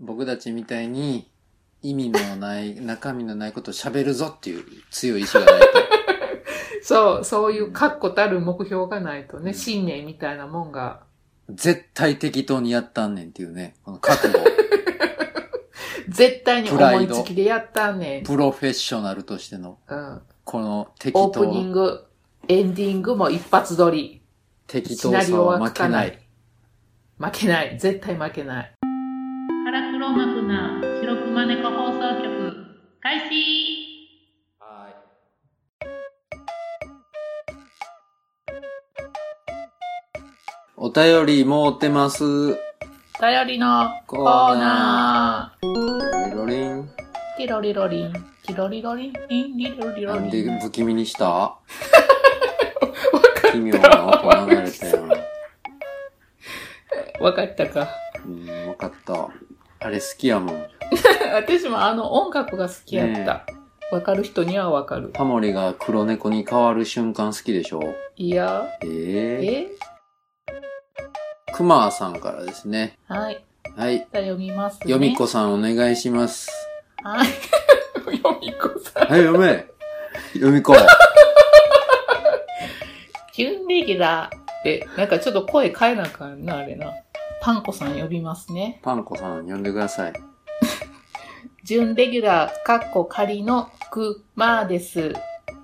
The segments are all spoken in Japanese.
僕たちみたいに意味のない、 中身のないことを喋るぞっていう強い意志がないと。 そう、そういう確固たる目標がないとうね、ん信念みたいなもんが。絶対適当にやったんねんっていうね、この覚 悟。絶対にプラ思イいドつきでやったねん。プロフェッショナルとしての、うん。この適オープニン当、グ、エンディングも一発撮り。適シ当ナリさオはは負書けかなないい。。負けない。絶対負けない。腹黒幕な白熊猫放送局開始お便りもうてます。頼りのコーナリロリン。ー。ティロリロリン。ティロリロリン。リンリロリなロんリでン。不気味に したわか奇妙な音流れたよな。わかったか。うん、わかった。あれ好きやもん。 私もあの音楽が好きやった。わかる人にはわかる。タモリが黒猫に変わる瞬間好きでしょいや、えええくまさんからですね。はい。はい。じゃあ読みますね。よみこさんお願いします。はい。 よみこさん。はい、読め。よみこ。準レギュラーって、なんかちょっと声変えなあかんな、あれな。パンコさん呼びますね。パンコさん呼んでください。準レギュラー、かっこ仮のくまです。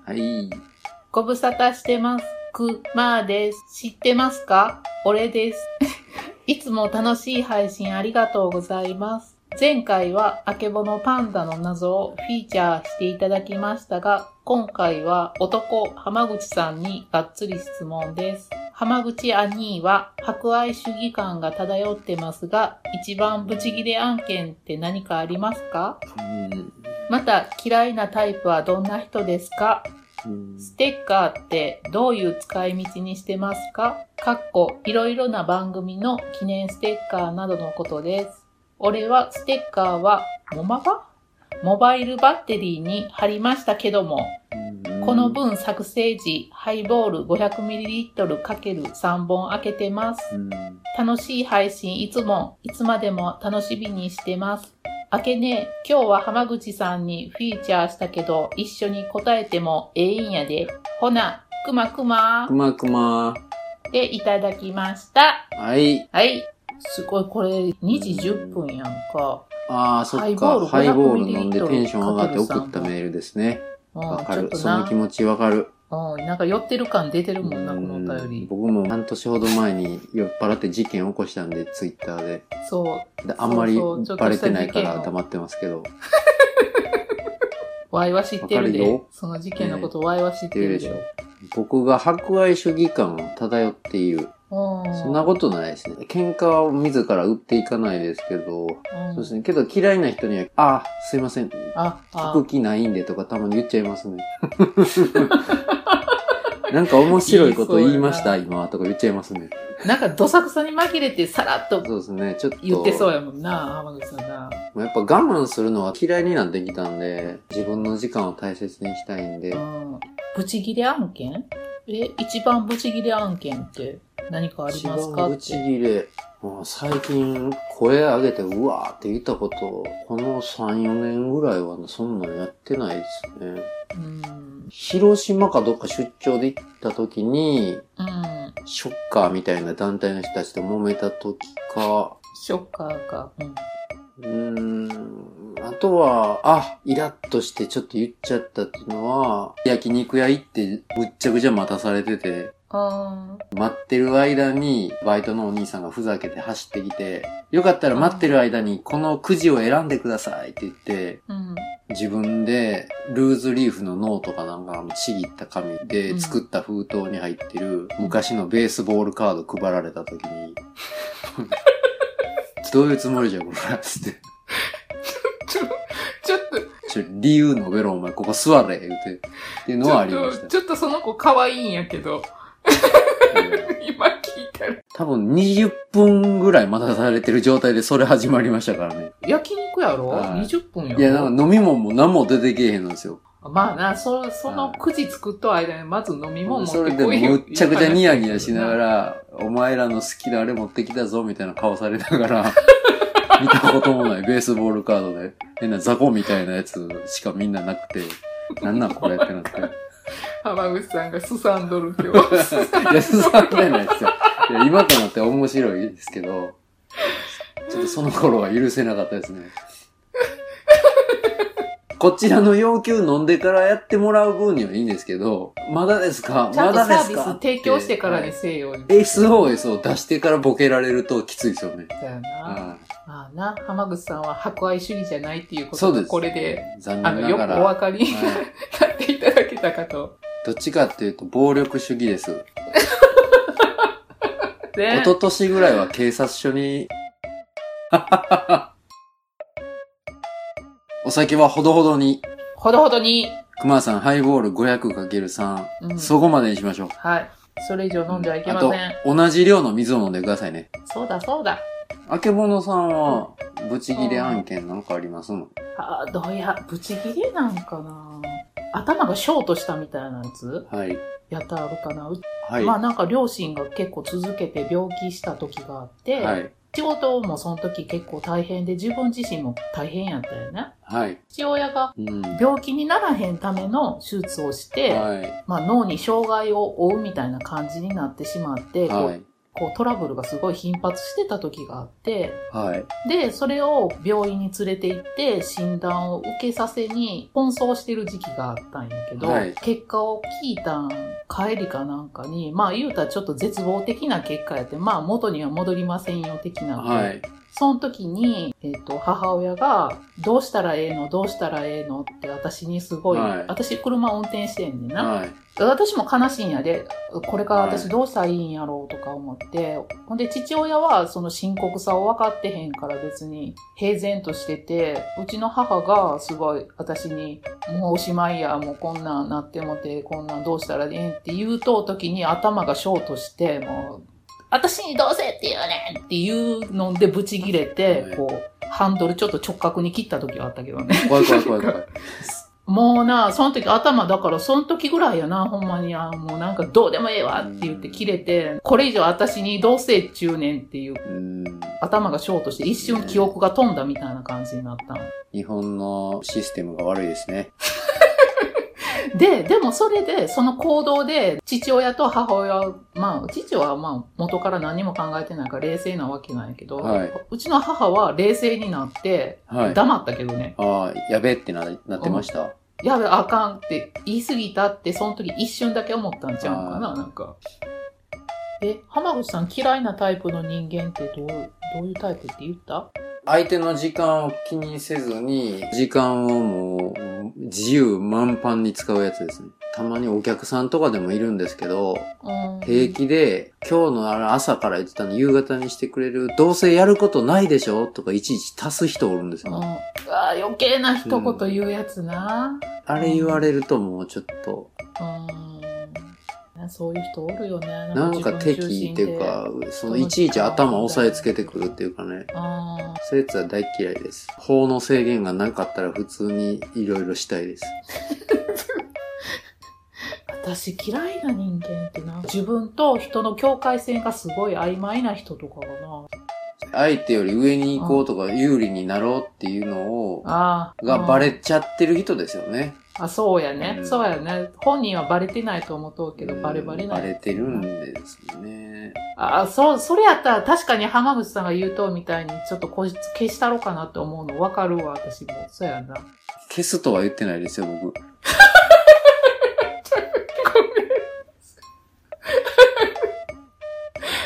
はい。ご無沙汰してます。くまです。知ってますか俺です。 いつも楽しい配信ありがとうございます。前回は、あけぼのパンダの謎をフィーチャーしていただきましたが、今回は男、浜口さんにがっつり質問です。浜口兄は、博愛主義感が漂ってますが、一番ブチギレ案件って何かありますかうんまた、嫌いなタイプはどんな人ですかうん。ステッカーってどういう使い道にしてますかかっこいろいろな番組の記念ステッカーなどのことです。俺はステッカーはモマバモバイルバッテリーに貼りましたけども、この分作成時ハイボール 500ml×3 本開けてます。うん。楽しい配信いつも、いつまでも楽しみにしてます。あけね、今日は浜口さんにフィーチャーしたけど、一緒に答えてもええんやで。ほな、くまくまくまくま。でいただきました。はい。はい。すごい、これ2時10分やんか。ああ、そっか。ハハイイボボーールル飲んでテンション上がって送ったメールですね。うん、わかる。ちょっとそのな気、持ちわかる。うん、なんか酔ってる感出てるもんな、このお便うんり。僕も半年ほど前に酔っ払って事件を起こしたんで、ツイッターで。そう、であんまりそうそうバレてないからちょっとした事件を黙ってますけど。ワイは知ってるわかるでよ。その事件のことワイは知ってるで。ね僕が博愛主義感を漂っている。うん。そんなことないですね。喧嘩を自ら売っていかないですけど、とそうですね。けど嫌いな人には、あ、すいません。あ、あ空気ないんでとかたまに言っちゃいますね。 なんか面白いこと言いました、今とか言っちゃいますね。なんかどさくさに紛れてさらっとそうですね。ちょっと。言ってそうやもんな、浜口さんな。やっぱ我慢するのは嫌いになってきたんで、自分の時間を大切にしたいんでう、ん。ブチギレ案件え、一番ブチギレ案件って何かあり一ます番かっブチて。ギレ。もう最近声上げてうわーって言ったこと、この3、4年ぐらいはそんなんやってないですね。うん。広島かどっか出張で行った時に、うん。ショッカーみたいな団体の人たちと揉めた時か、ショッカーか。ううん。ーん、あとは、あ、イラッとしてちょっと言っちゃったっていうのは、焼肉屋行ってぶっちゃくちゃ待たされてて、あー待ってる間に、バイトのお兄さんがふざけて走ってきて、よかったら待ってる間にこのくじを選んでくださいって言って、うん。自分でルーズリーフのノートかなんかちぎった紙で作った封筒に入ってる昔のベースボールカード配られた時に、 どういうつもりじゃん、これ。つって。ちょっと、ちょ、理由述べろ、お前、ここ座れ、言うて。っていうのはありました。ちょっとその子可愛いんやけど、 うん今聞いたら。多分20分ぐらい待たされてる状態でそれ始まりましたからね。焼肉やろ、はい ?20 分やろいや、なんか飲み物も何も出てけえへんのですよ。まあな、そ、そのくじ作った間にまず飲み物持そっれてでこいよむっちゃくちゃニヤニヤしながら。 ら、お前らの好きなあれ持ってきたぞみたいな顔されながら、見たこともないベースボールカードで、変な雑魚みたいなやつしかみんななくて、なんなんこれってなって。浜口さんがすさんどる今 日。いや、すさんじゃないですよ。いや、今となっては面白いですけど、ちょっとその頃は許せなかったです ね。こちらの要求飲んでからやってもらう分にはいいんですけど、まだですかちゃまんとだサでーすビかス提供してからにす。せよ。はい SOS を出してからボケられるときついですよね。だよな。はまあな、浜口さんは博愛主義じゃないっていいうこそとうでがす。これで、。残あの、念よなくおがら。分かりになはいっていただけたかと。どっちかっていうと暴力主義です。ね一昨年ぐらいは警察署 に、お酒はほどほどに、ほどほどに。熊さんハイボール 500×3、うんそこまでにしましょう。はい。それ以上飲んではいけません。あと、同じ量の水を飲んでくださいね。そうだそうだ。あけぼのさんは、ブチギレ案件なんかありますのあどうや、ブチギレなんかな。頭がショートしたみたいなやつはい。やったらあるかな。うはい。まあなんか両親が結構続けて病気した時があって、はい。仕事もその時結構大変で自分自身も大変やったよね。はい。父親がうん。は病気にならへんための手術をして、い。まあ、脳に障害を負うみたいな感じになってしまって、こうはい。こうトラブルがすごい頻発してた時があって、はい。で、それを病院に連れて行って診断を受けさせに奔走してる時期があったんやけど、はい結果を聞いたん帰りかなんかに、まあ言うたらちょっと絶望的な結果やって、まあ元には戻りませんよ的な、はい。その時に、えっ、と、母親が、どうしたらええのどうしたらええのって私にすごい、はい私車運転してんねんな。はい。私も悲しいんやで、これからは私いどうしたらいいんやろうとか思って、ほんで父親はその深刻さを分かってへんから別に平然としてて、うちの母がすごい私に、もうおしまいや、もうこんなんなってもて、こんなんどうしたらええんって言うと時に頭がショートして、もう、私にどうせって言うねんっていうのでブチギレて、はいこう、ハンドルちょっと直角に切った時はあったけどね。怖い怖い怖い怖い。もうな、その時頭だから、その時ぐらいやな、ほんまに、あもうなんかどうでもええわって言って切れて、これ以上私にどうせ中年っていう、うん。頭がショートして一瞬記憶が飛んだみたいな感じになったの日本のシステムが悪いですね。で、でもそれで、その行動で、父親と母親は、まあ、父はまあ、元から何も考えてないから冷静なわけなんやけど、はいうちの母は冷静になって、はい。黙ったけどね、ああ、やべえってな、なってました。やべ、あかんって言い過ぎたって、その時一瞬だけ思ったんちゃうかな、なんか。え、浜口さん嫌いなタイプの人間ってどう、どういうタイプって言った相手の時間を気にせずに、時間をもう、自由満帆に使うやつですね。たまにお客さんとかでもいるんですけど、うん。平気で、今日のあれ朝から言ってたの夕方にしてくれる、どうせやることないでしょとかいちいち足す人おるんですうん。よ。あー余計な一言言うやつな。あれ言われるともうちょっと、うん。そういう人おるよね。なんか敵っていうか、そのいちいち頭押さえつけてくるっていうかね。あそういうやつは大嫌いです。法の制限がなかったら普通にいろいろしたいです。私嫌いな人間ってな、自分と人の境界線がすごい曖昧な人とかがな。相手より上に行こうとか有利になろうっていうのを、ああ。がうんバレちゃってる人ですよね。あ、そうやね。うんそうやね。本人はバレてないと思うとうけど、うんバレバレなバい。レてるんですよね。あ、そう、それやったら確かに浜口さんが言うとみたいに、ちょっとこいつ消したろかなって思うの分かるわ、私も。そうやな。消すとは言ってないですよ、僕。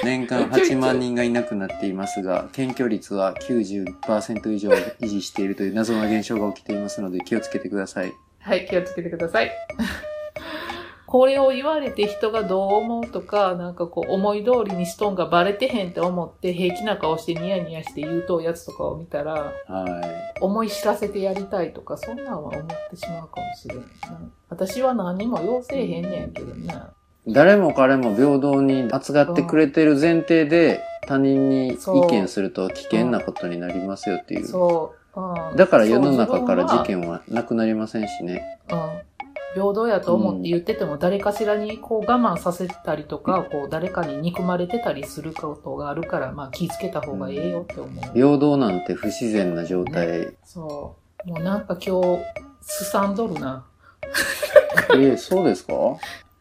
年間8万人がいなくなっていますが、検挙率は90%以上維持しているという謎の現象が起きていますので気をつけてください。はい、気をつけてください。 これを言われて人がどう思うとか、なんかこう思い通りにしとんがバレてへんって思って平気な顔してニヤニヤして言うとうやつとかを見たら、はい。思い知らせてやりたいとか、そんなんは思ってしまうかもしれんな。私は何も要せえへんねんけどね。誰も彼も平等に扱ってくれてる前提で他人に意見すると危険なことになりますよっていう。そう。うんだから世の中から事件はなくなりませんしね。そう自分は平等やと思って言ってても、誰かしらにこう我慢させたりとか、こう誰かに憎まれてたりすることがあるから、まあ気ぃつけた方がええよって思う。平等なんて不自然な状態。そう。もうなんか今日、すさんどるな。え、そうですか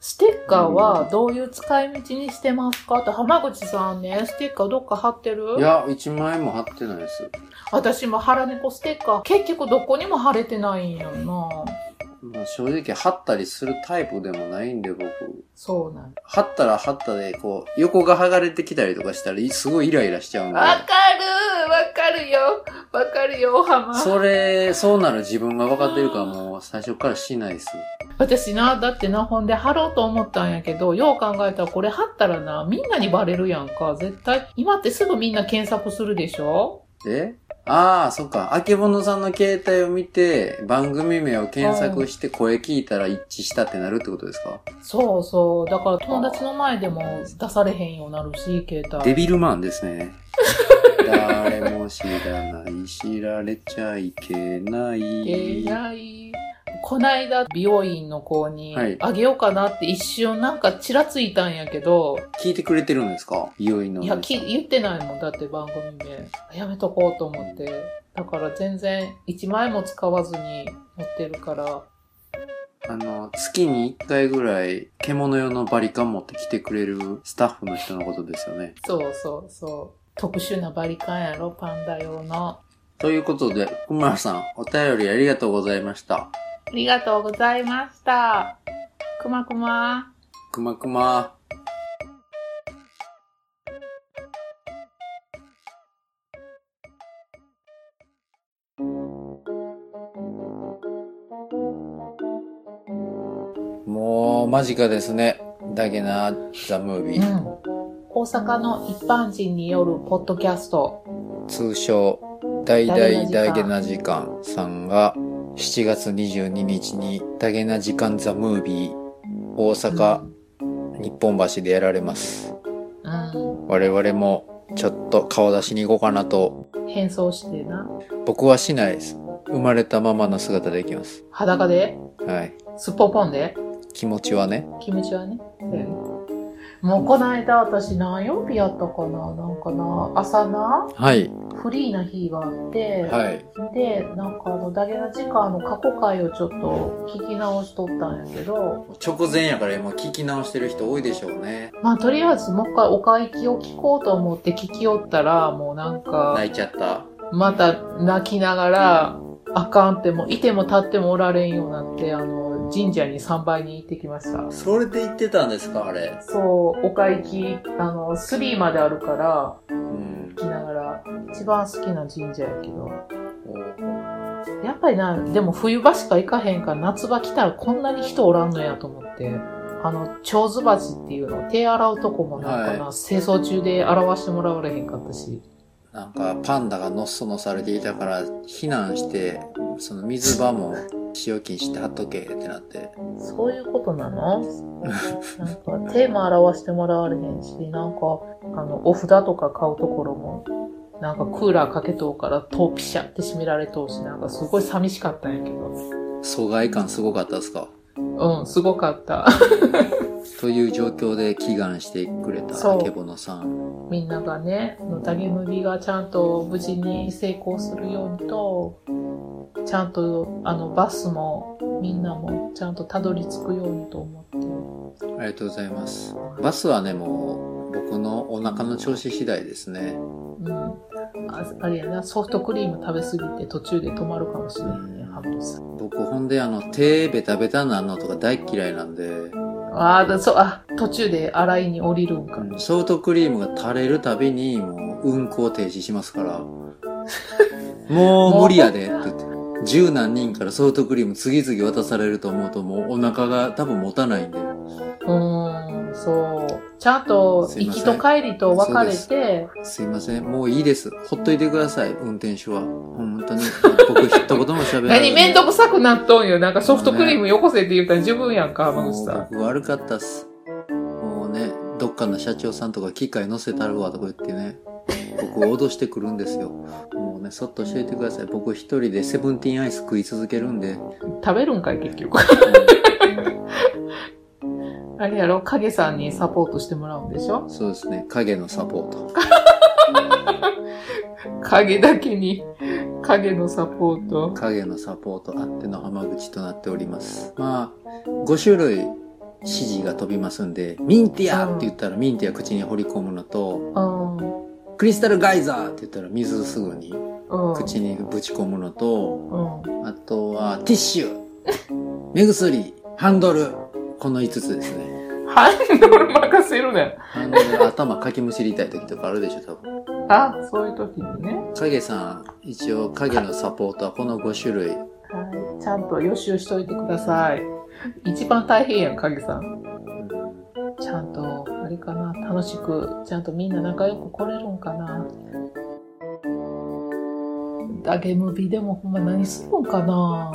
ステッカーはどういう使い道にしてますかと、浜口さんね、ステッカーどっか貼ってるいや、一万円も貼ってないです。私も腹猫ステッカー、結局どこにも貼れてないんやんな。まあ、正直、貼ったりするタイプでもないんで、僕。そうなん貼ったら貼ったで、こう、横が剥がれてきたりとかしたら、いすごいイライラしちゃうんで。わかるわかるよわかるよ、おはま。それ、そうなる自分が分かってるから、もう最初からしないです。私な、だってな、ほんで貼ろうと思ったんやけど、よう考えたらこれ貼ったらな、みんなにバレるやんか。絶対、今ってすぐみんな検索するでしょえああ、そっか。あけぼのさんの携帯を見て、番組名を検索して声聞いたら一致したってなるってことですかそうそう。だから友達の前でも出されへんようになるし、携デ帯。ビルマンですね。 誰も知らない、知られちゃいけない。えらい。こないだ美容院の子にはいあげようかなって一瞬なんかちらついたんやけど、聞いてくれてるんですかいよいの。いや、き言ってないもん。だって番組名。やめとこうと思って。だから全然1枚も使わずに持ってるから。あの、月に1回ぐらい、獣用のバリカン持って来てくれるスタッフの人のことですよね。そうそうそう。特殊なバリカンやろ、パンダ用の。ということで、くまさん、お便りありがとうございました。ありがとうございました。くまくま。くまくま。もう、間近ですね。だけな、ザ・ムーうビんー。。大阪の一般人によるポッドキャスト。通称、大々だげな時間さんが、7月22日に、だげな時間ザ・ムービー、大阪、日本橋でやられます。うん。我々もちょっと顔出しに行こうかなと変装してな。僕はしないです生まれたままの姿で行きます裸ではいすっぽんぽんで気持ちはねキムチはね。もうこの間私何曜日やったかななんかな朝なはいフリーな日があって、はいでなんかあのダゲな時間の過去回をちょっと聞き直しとったんやけど直前やから今聞き直してる人多いでしょうねまあとりあえずもう一回お会計を聞こうと思って聞きよったらもうなんか泣いちゃったまた泣きながらあかんってもういても立ってもおられんようになってあの神社に参拝に行ってきました。それで言ってたんですかあれそう、お会計、あの、3まであるから、うんきながら一番好きな神社やけどおやっぱりなでも冬場しか行かへんから夏場来たらこんなに人おらんのやと思ってあの蝶ズバチっていうの手洗うとこもなんかな、清掃中で洗わしてもらわれへんかったしなんかパンダがのっそのされていたから避難してその水場も使用禁止って貼っとけってなってそういうことなのなんか手も洗わしてもらわれへんしなんかあのお札とか買うところもなんかクーラーかけとうからとうピシャって閉められとうしなんかすごい寂しかったんやけど疎外感すごかったですかうんすごかったという状況で祈願してくれたそうあけぼのさんみんながね、のたげ麦がちゃんと無事に成功するようにと、ちゃんとあのバスもみんなもちゃんとたどり着くようにと思っありがとうございます。バスはね、もう僕のお腹の調子次第ですね。て、うん。ああれやな、ソフトクリーム食べすぎて途中で止まるかもしれんうね、んハムさん。僕ほんであの手ベタベタなのとか大嫌いなんで、ああ、だそう、あ、途中で洗いに降りるんか。ソフトクリームが垂れるたびにもう運行停止しますから、もう無理やでって言って。十何人からソフトクリーム次々渡されると思うともうお腹が多分持たないんで。うーん、そう。ちゃんとすい行ませきんと帰りと分かれそて、すいません。もういいです。ほっといてください、運転手は。本当に。僕一言も喋らない。 何めんどくさくなっとんよ。なんかソフトクリームよこせって言ったら自分やんか、浜口さん。もう僕悪かったっす。もうね、どっかの社長さんとか機械乗せたるわとか言ってね、僕を脅してくるんですよ。もうね、そっとしていてください。僕一人でセブンティーンアイス食い続けるんで、食べるんかい結局あれやろ、影さんにサポートしてもらうんでしょ そうですね。影のサポート。影だけに、影のサポート。影のサポートあっての浜口となっております。まあ、5種類指示が飛びますんで、ミンティアって言ったらミンティア口に掘り込むのと、うん。クリスタルガイザーって言ったら水すぐにうん。口にぶち込むのと、うん。あとはティッシュ、目薬、ハンドル、この5つですね。ハンドル任せるね。ハンドル頭かきむしりたい時とかあるでしょ、多分。 あ、そういう時にね。影さん、一応影のサポートはこの5種類。はい。ちゃんと予習しといてください。一番大変やん、影さん。ちゃんと、あれかな、楽しく、ちゃんとみんな仲良く来れるんかな。ダゲムビでもほんま何するんかな。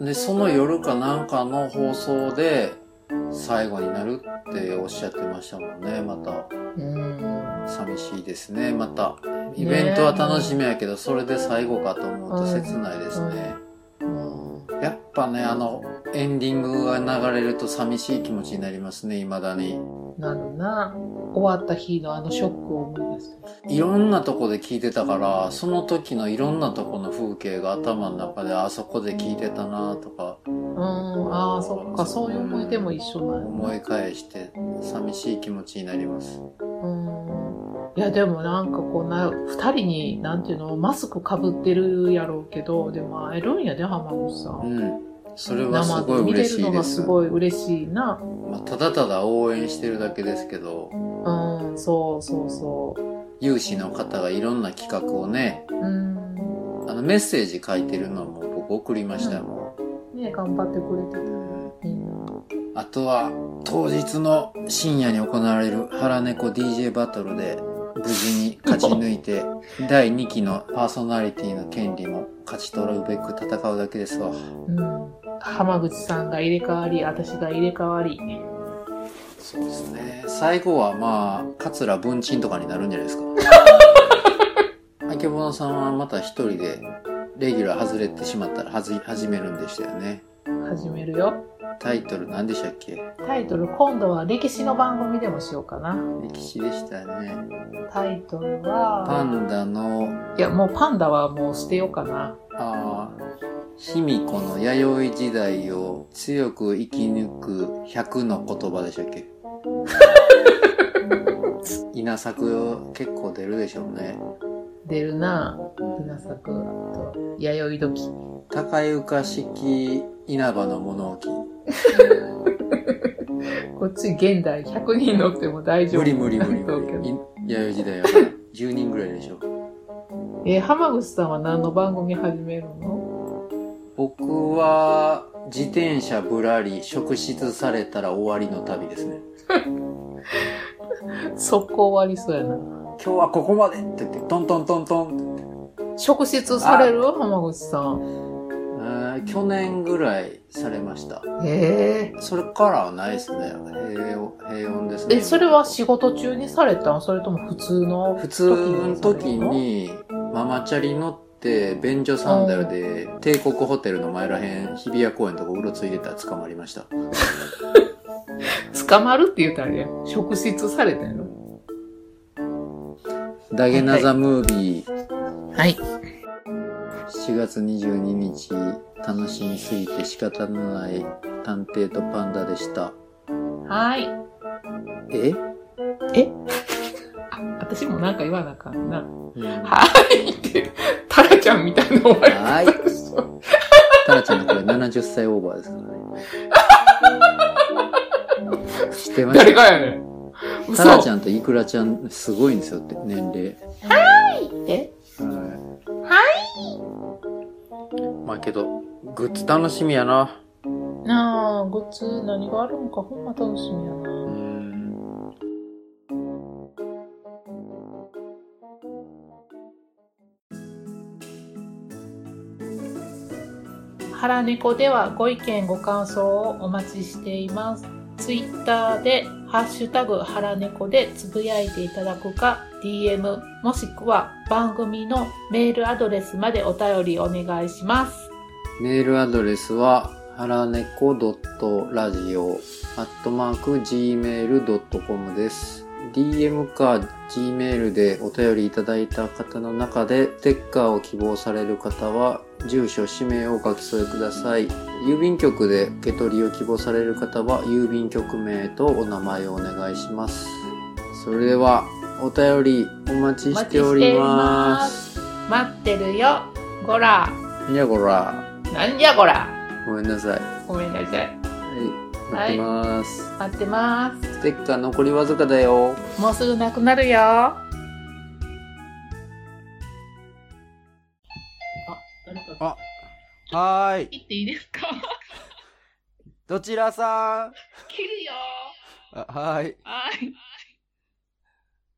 で、その夜かなんかの放送で最後になるっておっしゃってましたもんね。またうん。寂しいですね。またイベントは楽しみやけど、それで最後かと思うと切ないですね。うんやっぱね、あの、エンディングが流れると寂しい気持ちになりますね、未だに。なるな。終わった日のあのショックを思い出す。いろんなとこで聞いてたから、その時のいろんなとこの風景が頭の中であそこで聞いてたなとかうん、ああ、そっか、そういう思い出も一緒なんや思い返して寂しい気持ちになります。うんいやでもなんかこんな2人になんていうのマスクかぶってるやろうけどでも会えるんやで浜口さうんん。それはすごい生で見れ嬉るしいのでがす。すごい嬉しいなまあ、ただただ応援してるだけですけど、うんそうそうそう有志の方がいろんな企画をね、うんあのメッセージ書いてるのも僕送りましたもね頑張ってくれてん。たみんなあとは、当日の深夜に行われる腹猫 DJ バトルで、無事に勝ち抜い て、第2期のパーソナリティの権利も勝ち取るべく戦うだけですわ。うん浜口さんが入れ替わり私が入れ替わりそうですね。最後はまあ、桂文鎮とかになるんじゃないです か。あけぼのさんはまた一人で、レギュラー外れてしまったらはず始めるんでしたよね。始めるよタイトル何でしたっけタイトル今度は歴史の番組でもしようかな歴史でしたね。タイトルはパンダの、いやもうパンダはもう捨てようかなあー卑弥呼の弥生時代を強く生き抜く100の言葉でしたっけ稲作結構出るでしょうね。出るな稲作と弥生時高床式稲葉の物置。こっち現代100人乗っても大丈夫無理無理無理だと思無う 理。けいど弥生時代はから10人ぐらいでしょ。えー浜口さんは何の番組始めるの僕は自転車ぶらり、職質されたら終わりの旅ですね。速攻終わりそうやな今日はここまでって言って、トントントントン。職質される浜口さんえー去年ぐらいされました。えそれからはないですね。平穏平穏ですー、ね。えそれは仕事中にされたんそれとも普通の普通の時にママチャリ乗って便所サンダルで帝国ホテルの前らへん日比谷公園とかうろついてたら捕まりました捕まるって言ったらね職質されたんやろダゲナザムービーはい7月22日楽しみすぎて仕方のない探偵とパンダでしたはいえ、あ私もなんか言わなあかんなうんはいってタラちゃんみたいな終わ りはいタラちゃんのこれ70歳オーバーですからね知ってました誰がやねん嘘タラちゃんとイクラちゃんすごいんですよって年齢えはい。まあけど、グッズ楽しみやな。なあ、グッズ何があるんかほんま楽しみやうな。ん。ハラネコではご意見ご感想をお待ちしています。ツイッターでハッシュタグハラネコでつぶやいていただくか、DM もしくは番組のメールアドレスまでお便りお願いします。メールアドレスは、腹猫ドットラジオアットマーク gmail.com です。DM か Gmail でお便りいただいた方の中で、ステッカーを希望される方は、住所、氏名をお書き添えください。郵便局で受け取りを希望される方は、郵便局名とお名前をお願いします。それでは、お便りお待ちしております。待ってるよ。ごら。にゃごら、なんじゃごら。ごめんなさい。ごめんなさい。はい、待ってます。待ってまステッカー残りわずかだよ。す。もうすぐなくなるよ。あ、誰かはーい。切っていいですかどちらさん切るよあはーい。は